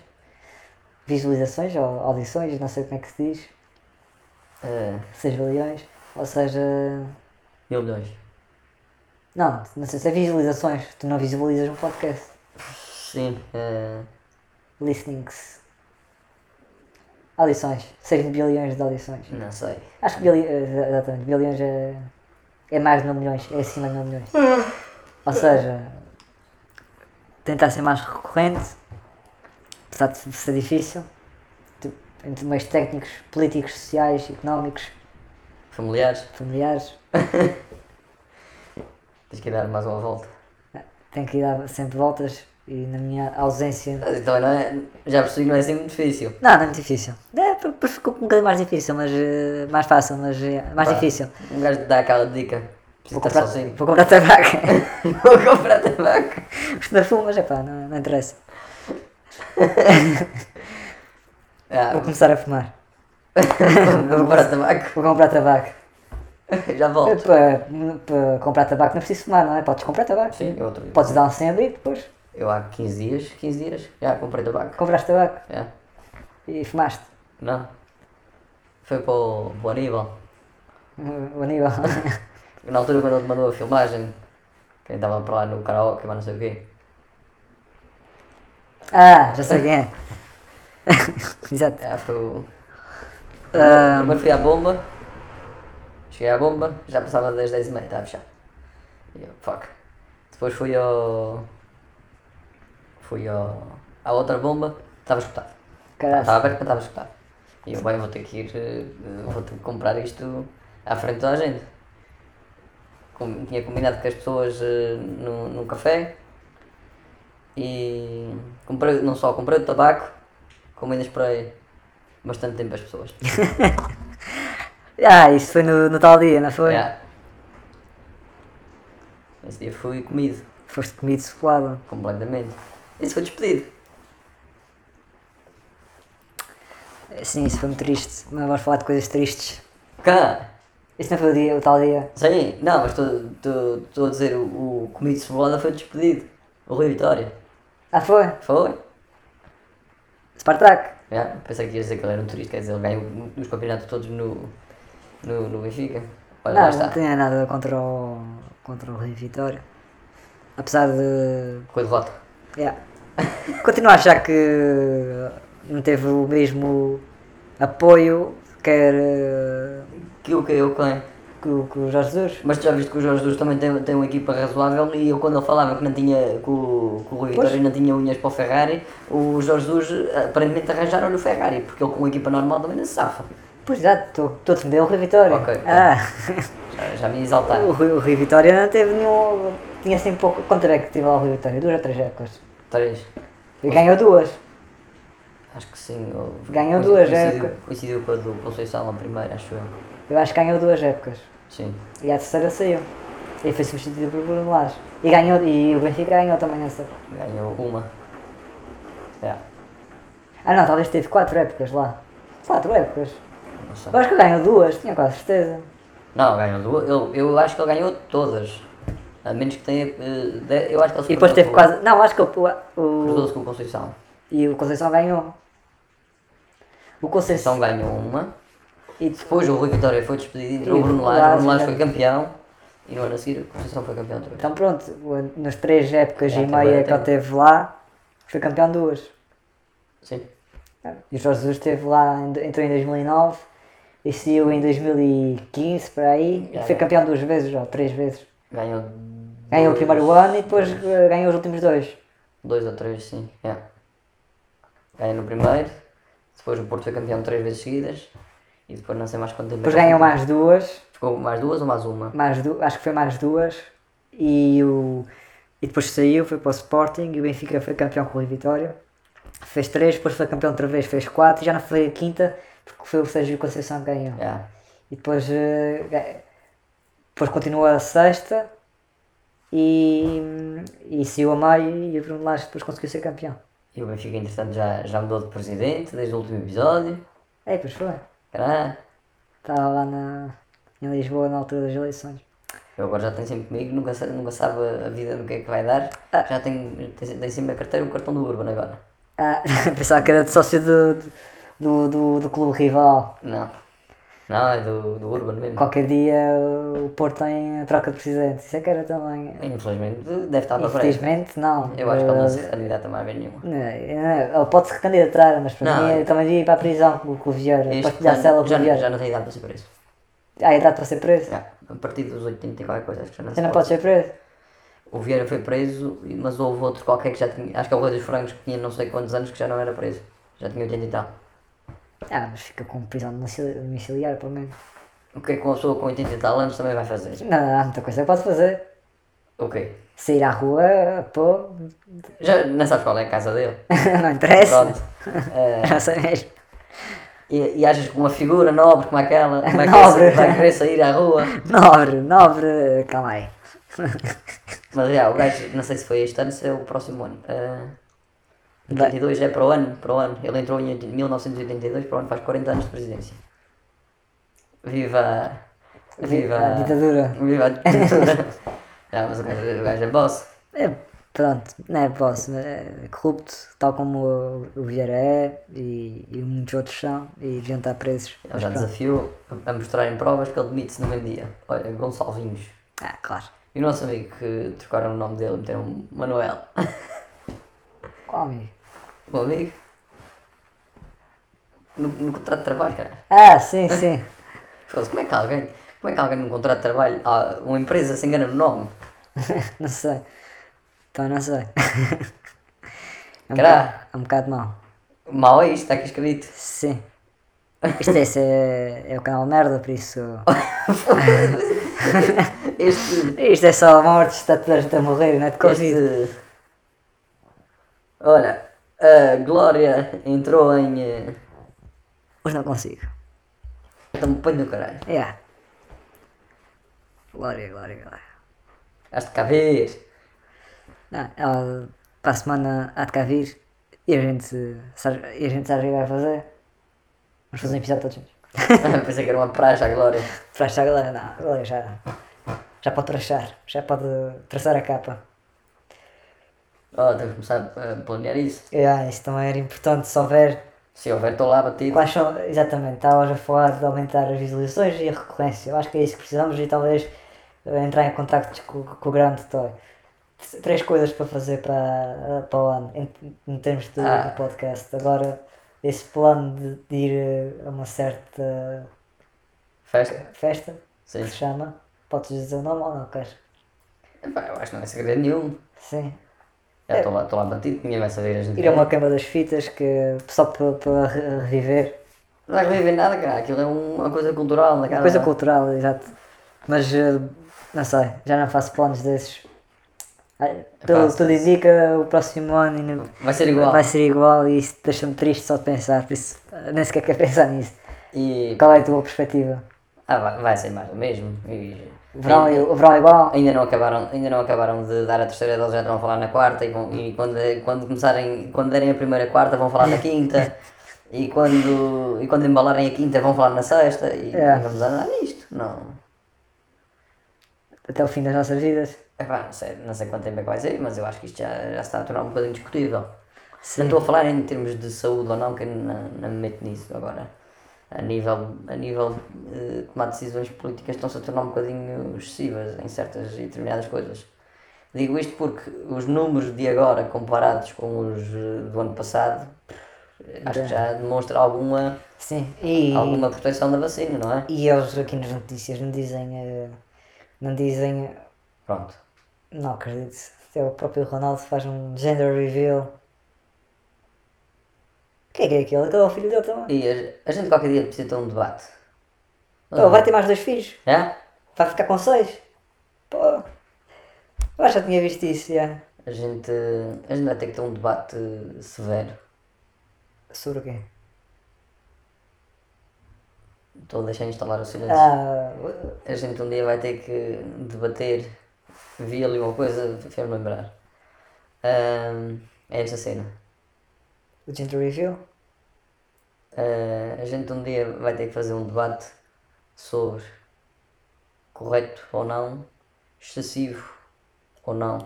Visualizações ou audições, não sei como é que se diz. É, 6 bilhões. Ou seja. milhões. Não, não sei se é visualizações. Tu não visualizas um podcast. Sim, é, Listenings. Audições. 6 bilhões de audições. não sei. Acho que bilhões, exatamente, bilhões é, é mais de mil milhões, é acima de mil milhões. Ou seja, tentar ser mais recorrente, apesar de ser difícil, tipo, entre meios técnicos, políticos, sociais, económicos, Familiares, familiares, tens que dar mais uma volta. tenho que dar sempre voltas e na minha ausência. Mas Então não é, já percebi que não é assim muito difícil. Não, não é muito difícil. É, depois ficou um bocadinho mais difícil, mas eh, mais fácil, mas eh, mais Pá, difícil. Um gajo te dá aquela dica. Preciso Vou comprar, estar Tá sozinho. vou comprar tabaco. Vou comprar tabaco. Isto não fumas, é pá, não, não interessa. Ah, Tá Vou começar a fumar. vou comprar tabaco. Vou comprar tabaco. Já volto. Para, para comprar tabaco não preciso fumar, não é? Podes comprar tabaco. Sim, é outro. Podes dar um 100 ali depois. Eu há 15 dias, 15 dias, já comprei tabaco. Compraste tabaco É. e fumaste. Não. Foi para o, para o Aníbal. O o Aníbal. Na altura quando ele mandou a filmagem, quem estava para lá no karaoke, mas não sei o quê. ah, já sei quem é. Exato. Já foi o. Primeiro fui à bomba. Cheguei à bomba, já passava das 10 e meia, estava fechado. E eu, fuck. Depois fui ao. Fui ao. à outra bomba, estava escutado. Caralho. Estava aberto, mas estava escutado. E eu, bem, vou ter que ir, eh, vou ter que comprar isto à frente da gente. Com- tinha combinado com as pessoas eh, no, num café e comprei, não só comprei o tabaco, como ainda esperei bastante tempo as pessoas. Ah, isso foi no, no tal dia, não foi? Yeah. Esse dia fui comido, Foste comido suplado. completamente. Isso foi despedido. Sim, isso foi muito triste. Mas vamos falar de coisas tristes. Cá! Isso não foi o dia, o tal dia. Sim, não, mas estou- estou estou a dizer, o, o comido de cebolada foi despedido. O Rui Vitória. Ah, foi? Foi? Spartak. Já, pensei que ia dizer que ele era um turista, quer dizer, ele ganhou nos campeonatos todos no, no, no Benfica. Olha, lá Não, está. não tinha nada contra o, contra o Rio Vitória. Apesar de Rui de voto. Yeah. Continuo a achar que não teve o mesmo apoio, quer eh, Que o que eu quem? que, o- que o Jorge Jesus. Mas tu já viste que o Jorge Jesus também tem, tem uma equipa razoável e eu quando ele falava que, não tinha, que, o, que o Rui Vitória não tinha unhas para o Ferrari, o Jorge Jesus eh, aparentemente arranjaram-lhe o Ferrari, porque ele com uma equipa normal também não se safa. Pois já, estou estou a defender o Rio Vitória. Ok, ok. Ah, Já, já me exaltaram. o, Rio, o Rio Vitória não teve nenhum. Tinha sempre pouco. Quanto é que teve lá o Rio Vitória? Duas ou três épocas. Três. E ganhou duas. Acho que sim. ou- Ganhou coincidiu- duas, é. coincidiu, coincidiu com a do Conceição a primeira, acho eu. Eu acho que ganhou duas épocas. Sim. E a terceira saiu. E foi substituído por Bruno Lage. E, ganhou, e o Benfica ganhou também nessa. Ganhou uma. É. Ah não, talvez teve quatro épocas lá. Quatro épocas. Não sei. Eu acho que ganhou duas, tinha quase certeza. Não, ganhou duas. Eu, eu acho que ele ganhou todas. A menos que tenha. eh, de- Eu acho que ele E depois teve quase. Não, acho que o, o- Cruzou-se com o Conceição. E o Conceição ganhou. O Conceição. Conceição ganhou uma. E Depois o Rui Vitória foi despedido e entrou E o Bruno o Lage. O Bruno Lage Lage foi campeão. E no ano a seguir o Conceição foi campeão outra vez. então pronto, o- nas três épocas e Já teve- meia que ele teve. teve lá, foi campeão duas. Sim. E o Jorge Jesus esteve lá, em- entrou em 2009 e saiu em 2015 para aí. E Já, foi já. campeão duas vezes, ou três vezes. Ganhou. Ganhou o duas- primeiro ano e depois eh, ganhou os últimos dois. Dois ou três, sim. É. Ganhou no primeiro. Depois o Porto foi campeão três vezes seguidas. E depois não sei mais quanto tempo. Depois é que ganhou ficou. mais duas. Ficou mais duas ou mais uma? mais du- acho que foi mais duas e o e depois saiu, foi para o Sporting e o Benfica foi campeão com o Rio Vitória fez três, depois foi campeão outra vez, fez quatro e já não foi a quinta porque foi o Sérgio Conceição que ganhou É. e depois eh, ga- depois continua a sexta e, e saiu a meio e o Bruno Lage depois conseguiu ser campeão. E o Benfica, entretanto, já, já mudou de presidente desde o último episódio. É, pois foi. Caralho. Estava lá na, em Lisboa na altura das eleições. Eu agora já tenho sempre comigo, nunca, sa- nunca sabe a vida do que é que vai dar. Já tenho, tenho, tenho sempre a carteira e o cartão do Urban agora. Ah, pensava que era de sócio do, do, do, do clube rival. Não. Não, é do, do Urban mesmo. Qualquer dia o Porto tem a troca de presidente. Isso é que era também. Infelizmente, deve estar para frente. Infelizmente, não. é. Eu acho que é ele não se candidata mais bem nenhuma. Não, não, Ele pode se recandidatar, mas para Não, mim eu também ia para a prisão com, com o Vieira, Este é partilhar já- cela com o já, Vieira. já não tem idade para ser preso. Ah, a idade para ser preso? Já, a partir dos 80 e qualquer coisa, acho que já não Você se não pode. pode ser preso? O Vieira foi preso, e- mas houve outro qualquer que já tinha. Acho que é o Rui dos Frangos que tinha não sei quantos anos que já não era preso. Já tinha 80 e tal. Ah, mas fica com prisão domicili- domiciliar, pelo menos. O que é que uma pessoa com 80 e tal anos também vai fazer? Não, há muita coisa que pode fazer. O quê? Sair à rua, pô, Já não sabes qual é a casa dele. não interessa. Pronto. Eh, Não sei mesmo. e, e achas que uma figura nobre como aquela vai querer, Nobre. sair- vai querer sair à rua? Nobre, nobre, calma aí. Mas já, o gajo, não sei se foi este ano, se é o próximo ano. Ah, 82 é para o ano, para o ano. Ele entrou em 80 1982, para o ano faz 40 anos de presidência. Viva! Viva! A ditadura. Viva a ditadura! Já, mas o gajo, o gajo é boss. É, pronto, não é posso, mas é corrupto, tal como o- o Vieira é e, e muitos outros são, e deviam estar presos. Ele já desafiou a a mostrar em provas que ele demite-se no meio dia. Olha, Gonçalvinhos. Ah, claro. E o nosso amigo que trocaram o nome dele, meteram um Manuel. Qual é? amigo? O amigo? No, no contrato de trabalho, cara. Ah, sim, sim. Foda-se, como é que alguém, como é que alguém num contrato de trabalho, ah, uma empresa se engana no nome? não sei. Então não sei. É um, Caralho. bocado, é um bocado mau. Mal é isto, está aqui escrito. Sim. Isto esse é, é o canal merda, por isso. Este. Isto é só mortes, está toda a gente a morrer, não é de Covid. este... Olha, a Glória entrou em. eh, Hoje não consigo. Estamos então põe no caralho. Yeah. Glória, glória, glória. Has de cá ver. Não, ela para a semana há de cá vir e a gente sabe, e a gente sabe o que vai fazer. Vamos fazer um episódio todos juntos. Pensei que era uma praxe a Glória. Frasha a galera, não, a galera já, já pode traçar, já pode traçar a capa. Oh, temos de começar a planear isso. Yeah, ah, isso também era importante se houver. Se houver, estou lá batido. Quais são, exatamente, estavas a falar de aumentar as visualizações e a recorrência. Eu acho que é isso que precisamos e talvez eh, entrar em contacto com, com o grande Toy. Três coisas para fazer para, para o ano, em, em termos de, Ah. do podcast. Agora, esse plano de, de ir eh, a uma certa Festa. festa, Sim. que se chama, podes dizer o nome ou não queres? Epá, eu acho que não é segredo nenhum. Sim. É. Já estou lá, estou lá batido, ninguém vai saber. A gente Ir a uma cama das fitas que só para, para re- reviver. Não é vai reviver nada, cara. Aquilo é uma coisa cultural. É Naquela... coisa cultural, exato. Mas eh, não sei, já não faço planos desses. Ai, Epá, Tudo, tudo indica o próximo ano ainda Vai ser igual. vai ser igual e isso deixa-me triste só de pensar, por isso eh, nem sequer quero pensar nisso. E Qual é a tua perspectiva? Ah, vai, vai ser mais o mesmo. E- O verão, é- o verão é igual? Ainda não, acabaram, ainda não acabaram de dar a terceira dose, já estão a falar na quarta e, vão- e quando, quando começarem, quando derem a primeira quarta vão falar na quinta e quando, e quando embalarem a quinta vão falar na sexta e, É. e vamos andar nisto. Não, Até o fim das nossas vidas? Epá, não, sei, não sei quanto tempo é que vai ser, mas eu acho que isto já, já se está a tornar um bocadinho discutível. Não estou a falar em termos de saúde ou não, que eu não, não me meto nisso agora. A nível, a nível eh, de tomar decisões políticas estão-se a tornar um bocadinho excessivas em certas e determinadas coisas. Digo isto porque os números de agora comparados com os eh, do ano passado, eh, acho que já demonstra alguma, Sim. E, alguma proteção da vacina, não é? e eles aqui nas notícias não dizem. eh, Não dizem. eh, Pronto. Não acredito. Até o próprio Ronaldo faz um gender reveal. Quem é que é aquele? Aquele é o filho dele também. E a, a gente qualquer dia precisa ter um debate. Pô, vai ter mais dois filhos. É? Vai ficar com seis. Pô. Eu acho que já tinha visto isso, já. A gente, a gente vai ter que ter um debate severo. Sobre o quê? Estou a deixar Então, instalar o silêncio. Ah, A gente um dia vai ter que debater vi ali uma coisa, fez-me lembrar. Ahm, é esta cena. O Gender Reveal? Ah, a gente um dia vai ter que fazer um debate sobre correto ou não, excessivo ou não,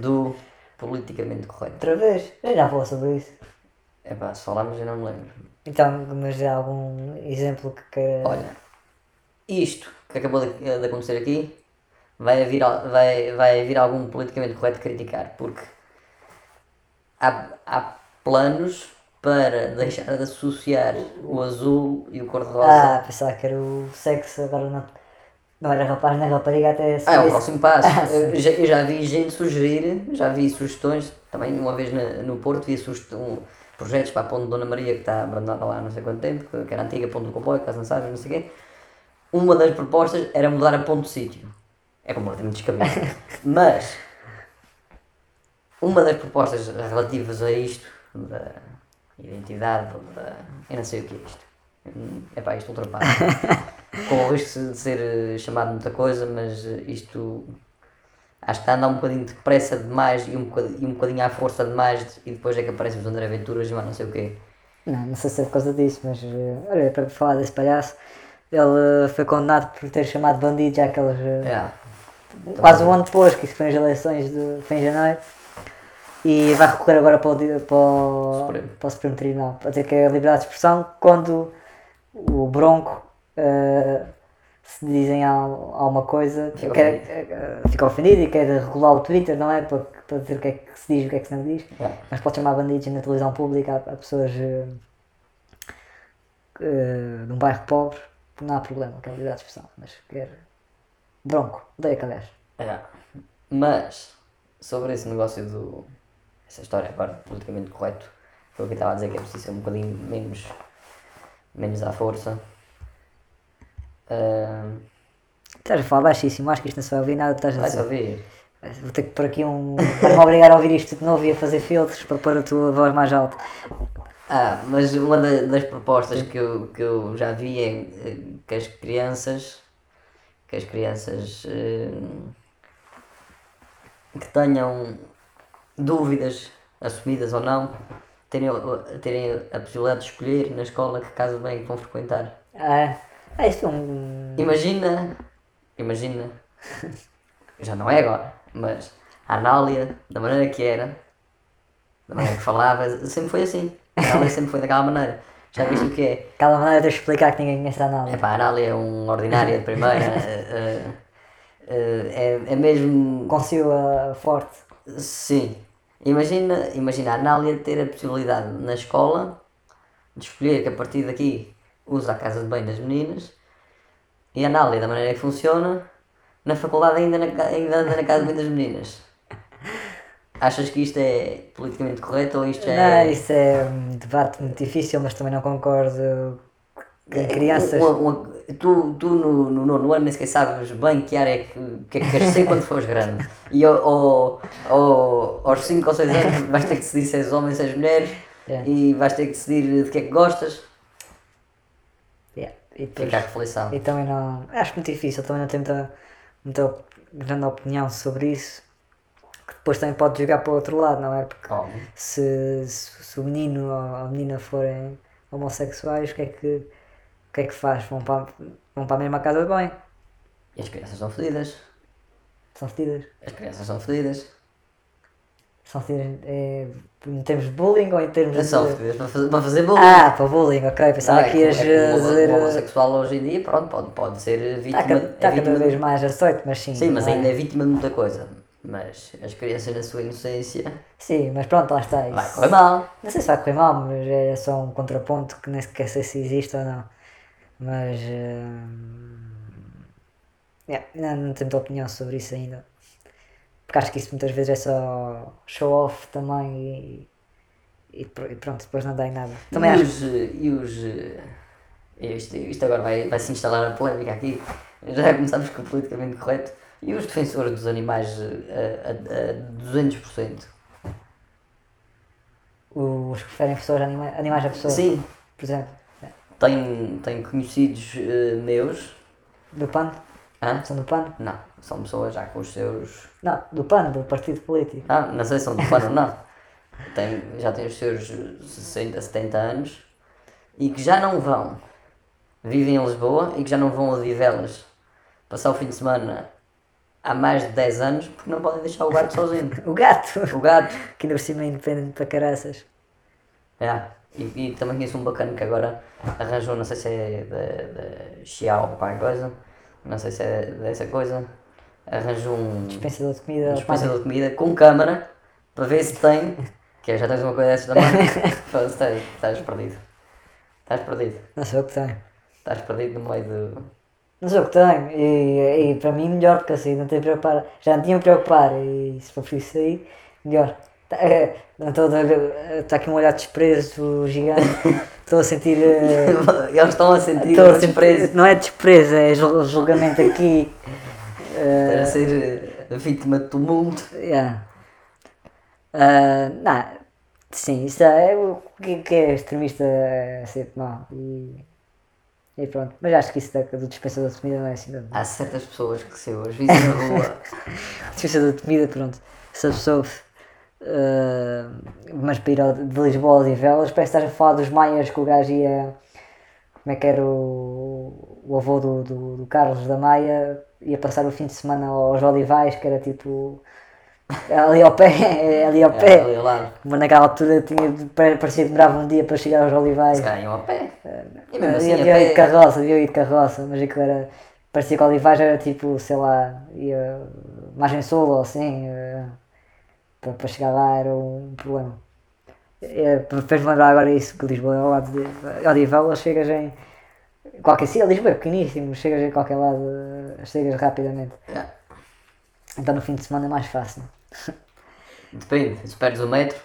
do politicamente correto. Outra vez? Eu já falou sobre isso. É pá, se falarmos eu não me lembro. Então, mas há algum exemplo que queira. Olha, isto que acabou de, eh, de acontecer aqui vai haver, al- vai, vai haver algum politicamente correto criticar, porque há, há planos para deixar de associar o azul e o cor-de-rosa. Ah, pensava que era o sexo, agora não. Não era rapaz nem rapariga até se Ah, é o visse. próximo passo. Ah, sim. eu, já, eu já vi gente sugerir, já vi sugestões, também uma vez na- no Porto vi sugest- um, projetos para a Ponte de Dona Maria, que está abandonada lá há não sei quanto tempo, que- que era a antiga Ponte do Comboio, caso não saibas, não sei o quê. Uma das propostas era mudar a ponte do sítio. É completamente descabido. Mas, uma das propostas relativas a isto, da identidade, ou da... eu não sei o que é isto. É pá, isto ultrapassa. Com o risco de ser eh, chamado muita coisa, mas eh, isto acho que está a andar um bocadinho depressa demais e um bocadinho, e um bocadinho à força demais e depois é que aparecem os André Venturas e mais não sei o quê. Não, não sei se é por causa disso, mas eh, olha, para falar desse palhaço, ele eh, foi condenado por ter chamado bandido já aqueles. eh, É, quase um ano depois, que isso foi nas eleições de foi em janeiro, e vai recorrer agora para o, di- para o, Supremo. para o Supremo Tribunal, para dizer que é a liberdade de expressão quando o Bronco eh, se dizem al- alguma coisa, Fica quer- eh, fica ofendido e quer regular o Twitter, não é? Para, para dizer o que é que se diz e o que é que se não diz, é. mas pode chamar bandidos na televisão pública a, a pessoas eh, eh, de um bairro pobre, não há problema, que é a liberdade de expressão, mas quer. Bronco, odeio aquele gajo. É. Mas, sobre esse negócio do. Essa história agora politicamente correto, foi o que eu estava a dizer que é preciso ser um bocadinho menos. menos à força. Ah, Estás a falar baixíssimo, acho que isto não se vai ouvir nada, do que estás a Vais dizer. ouvir? Vou ter que pôr aqui um. Vais-me obrigar a ouvir isto de novo e a fazer filtros para pôr a tua voz mais alta. Ah, mas uma da- das propostas que eu, que eu já vi é eh, que as crianças que as crianças eh, que tenham dúvidas assumidas ou não terem, o- terem a possibilidade de escolher na escola que casa de banho que vão frequentar. Ah, ah, isto é um. Imagina, imagina, já não é agora, mas a Anália, da maneira que era, da maneira que falava, sempre foi assim. A Anália sempre foi daquela maneira. Já viste o que é? Aquela maneira de eu explicar que ninguém conhece a nada. Epá, a Anália é um ordinário de primeira. eh, eh, eh, é, é mesmo. Consigo a ah, forte. Sim. Imagina, imagina a Anália ter a possibilidade na escola de escolher que a partir daqui usa a casa de banho das meninas e a Anália, da maneira que funciona, na faculdade ainda, na, ca- ainda anda na casa de banho das meninas. Achas que isto é politicamente correto ou isto Não, é. isso é um debate muito difícil, mas também não concordo É, Um, que crianças. Uma- uma- um, tu tu no, no nono ano nem sequer sabes bem que área é que, que é que queres ser quando fores grande. E ao, ao- ao- aos 5 ou 6 anos vais ter que decidir se és homem, se és mulher É. e vais ter que decidir de que é que gostas. Yeah, e depois- Fica a refleição. E também não. Acho muito difícil, também não tenho muita, muita op- grande opinião sobre isso. Que depois também pode jogar para o outro lado, não é? Porque Óbvio. se, se, se o menino ou a menina forem homossexuais, o que é que, o que, é que faz? Vão para, vão para a mesma casa de banho, E as crianças são fodidas. são fedidas. As crianças são fodidas. São fedidas é, em termos de bullying ou em termos Não São de. fodidas para fazer, para fazer bullying. eh, Ah, para bullying, ok. Pensava Não, é que ias como- é como o- dizer. o homossexual hoje em dia, pronto, pode, pode ser vítima, Está ca- é está eh, Tá cada vítima vez mais aceito, mas sim. Sim, mas não é? ainda é vítima de muita coisa. Mas as crianças na sua inocência Sim, mas pronto, lá está. vai Isso. correr mal. Não sei se vai correr mal, mas é só um contraponto que nem sequer sei se existe ou não. Mas. hum, yeah, não, não tenho muita opinião sobre isso ainda. Porque acho que isso muitas vezes é só show-off também e, e pr- e pronto, depois não dá em nada. Também e acho. os. eh, E os eh, isto, isto agora vai, vai se instalar a polémica aqui. Já começámos com o politicamente correto. E os defensores dos animais eh, a, a, a 200%. Os que preferem pessoas, anima, animais a pessoas, Sim, por exemplo. tenho, tenho conhecidos eh, meus. Do pano? Hã? São do PAN? Não, são pessoas já com os seus. Não, do PAN, do partido político. Ah, não sei se são do pano ou não. Tem, já têm os seus 60, 70 anos e que já não vão. Vivem em Lisboa e que já não vão a Vivelas passar o fim de semana há mais de 10 anos porque não podem deixar o gato sozinho. O gato! O gato. Que ainda por cima é independente para caraças. É, E, e também conheço um bacana que agora arranjou, não sei se é da da Xiao ou qualquer coisa, não sei se é dessa coisa, arranjou um Dispensador de comida. ao pano. dispensador de comida com câmara para ver se tem, que é, já tens uma coisa dessas também, Foda-se, estás, estás perdido. Estás perdido. Não sei o que tem. Estás perdido no meio do. Não sei o que tenho. E, e para mim melhor, porque assim não tenho que preocupar. Já não tinha que preocupar e se for preciso sair, melhor. Tá, eh, Não estou a dar- está aqui um olhar de desprezo gigante. Estou a sentir. eh, Eles estão a sentir Estou a os presos, Não é desprezo, é jul- julgamento aqui. estás É. a ser eh, vítima de tumulto. Eh, Yeah. Ah, não, sim, isso é o que, que é extremista é sempre mal. E, e pronto, mas acho que isso da, do dispensador de comida não é assim. tanto. Há certas pessoas que se hoje vivem na rua. Dispensador de comida, pronto, se absorve. Ah, mas para ir ao, de Lisboa às Velas, parece que estás a falar dos Maias que o gajo ia. Como é que era o, o avô do, do, do Carlos da Maia? Ia passar o fim de semana aos Olivais, que era tipo. Ali ao pé, ali ao é, pé. ali ao lado. Mas naquela altura tinha, de- pa- parecia que demorava um dia para chegar aos Olivais. Se calhar iam a pé. É. E mesmo assim, Havia a havia ido pé. de carroça, havia ido de carroça, mas aquilo era. Parecia que Olivais era tipo, sei lá, ia. Margem Sul ou assim. eh, Para, para chegar lá era um problema. É, Fez-me lembrar agora isso, que Lisboa é ao lado de. Olivais chegas em. Qualquer sítio, Lisboa é pequeníssimo, chegas em qualquer lado, eh, chegas rapidamente. Yeah. Então no fim de semana é mais fácil. Depende, se perdes o metro,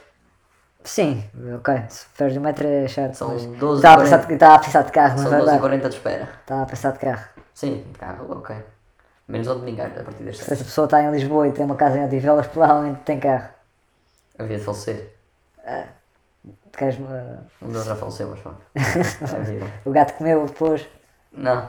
Sim, ok, se perdes um metro é chato. São mas 12 e Estava a 40. pensar de- estava a pensar de carro, mas são vai 12 e dar. 40 de espera. Estava a pensar de carro. Sim, de carro, ok. Menos ao domingo, a partir deste Se ano. essa pessoa está em Lisboa e tem uma casa em Odivelas, provavelmente tem carro. Havia de falecer. Queres, uh, Um deles já faleceu, mas pronto. É vida. o gato comeu depois. Não.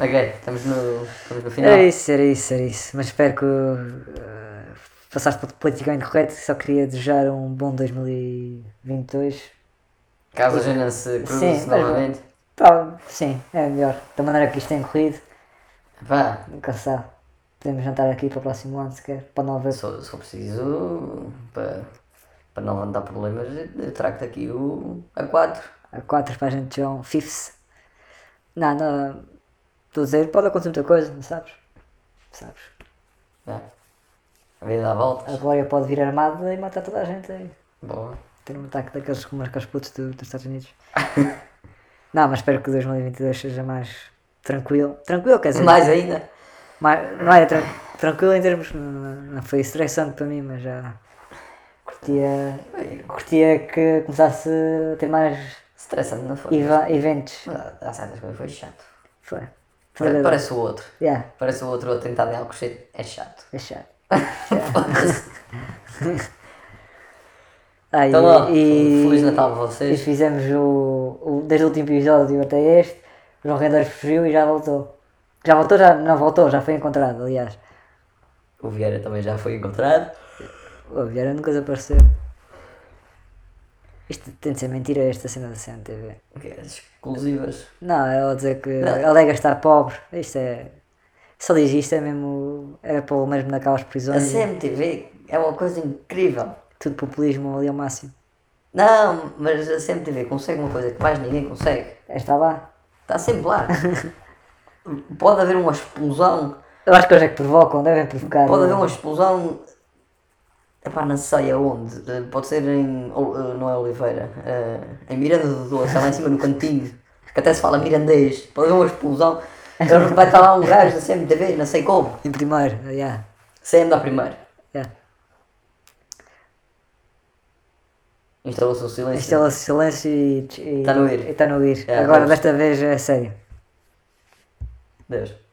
Ok, estamos no, estamos no final. Era É isso, era isso, era isso. Mas espero que uh, passaste pelo politicamente correto. Só queria desejar um bom 2022. Caso a gente não se cruze Sim, mas- novamente. Pá, sim, é melhor. Da maneira que isto tem corrido, Vá, nunca se sabe. Podemos jantar aqui para o próximo ano, se quer. Para não haver. se for se for preciso, para, para não levantar problemas, eu trago-te aqui o A4. Há quatro para a gente jogar um fifths. Não, não. Estou a dizer, pode acontecer muita coisa, não sabes? Sabes? Vá. né? A vida dá A voltas. Glória pode vir armada e matar toda a gente aí. Boa. Ter um ataque daqueles que marcam os putos do- dos Estados Unidos. não, mas espero que o 2022 seja mais tranquilo. Tranquilo, quer dizer. é, Mais ainda. mais- não era tran tranquilo em termos. Não, não foi estressante para mim, mas já. Curtia. Curtia que começasse a ter mais Estressante não foi. eva- eventos. Mas há- Há certas coisas, foi chato. Foi. Pare- Foi. Parece o outro. Yeah, Parece o outro a tentar de algo cheio. É chato. é chato. Então, ó, Ah, e- Feliz Natal para E vocês. fizemos o, o- desde o último episódio até este, o João Rendeiro fugiu e já voltou. Já voltou, já não voltou, já foi encontrado, aliás. O Vieira também já foi encontrado. O Vieira nunca desapareceu. Isto tem de ser mentira esta cena da CNTV. Ok, é as exclusivas. Não, ela dizer que alega estar pobre, isto é. Só diz isto é mesmo. Era para o mesmo naquelas A prisões, CMTV é uma coisa incrível. tudo populismo ali ao máximo. Não, mas a CMTV consegue uma coisa que mais ninguém consegue. Está lá. Está sempre lá. Pode haver uma explosão. Eu acho que eles é que provocam, devem provocar. Pode haver um uma explosão. Epá, não sei aonde. Eh, Pode ser em. Ol- eh, Não é Oliveira. eh, Em Miranda do Doce, lá em cima no cantinho. Que até se fala mirandês. Pode haver uma explosão. Eles- Vai estar lá um gajo da CMTV, não sei como. Em primeiro, yeah, CM da primeira. yeah. Instalou-se o silêncio. Instala-se é silêncio e. Tá no ir. Está no ir. É, Agora, vamos. desta vez, é sério. Deus.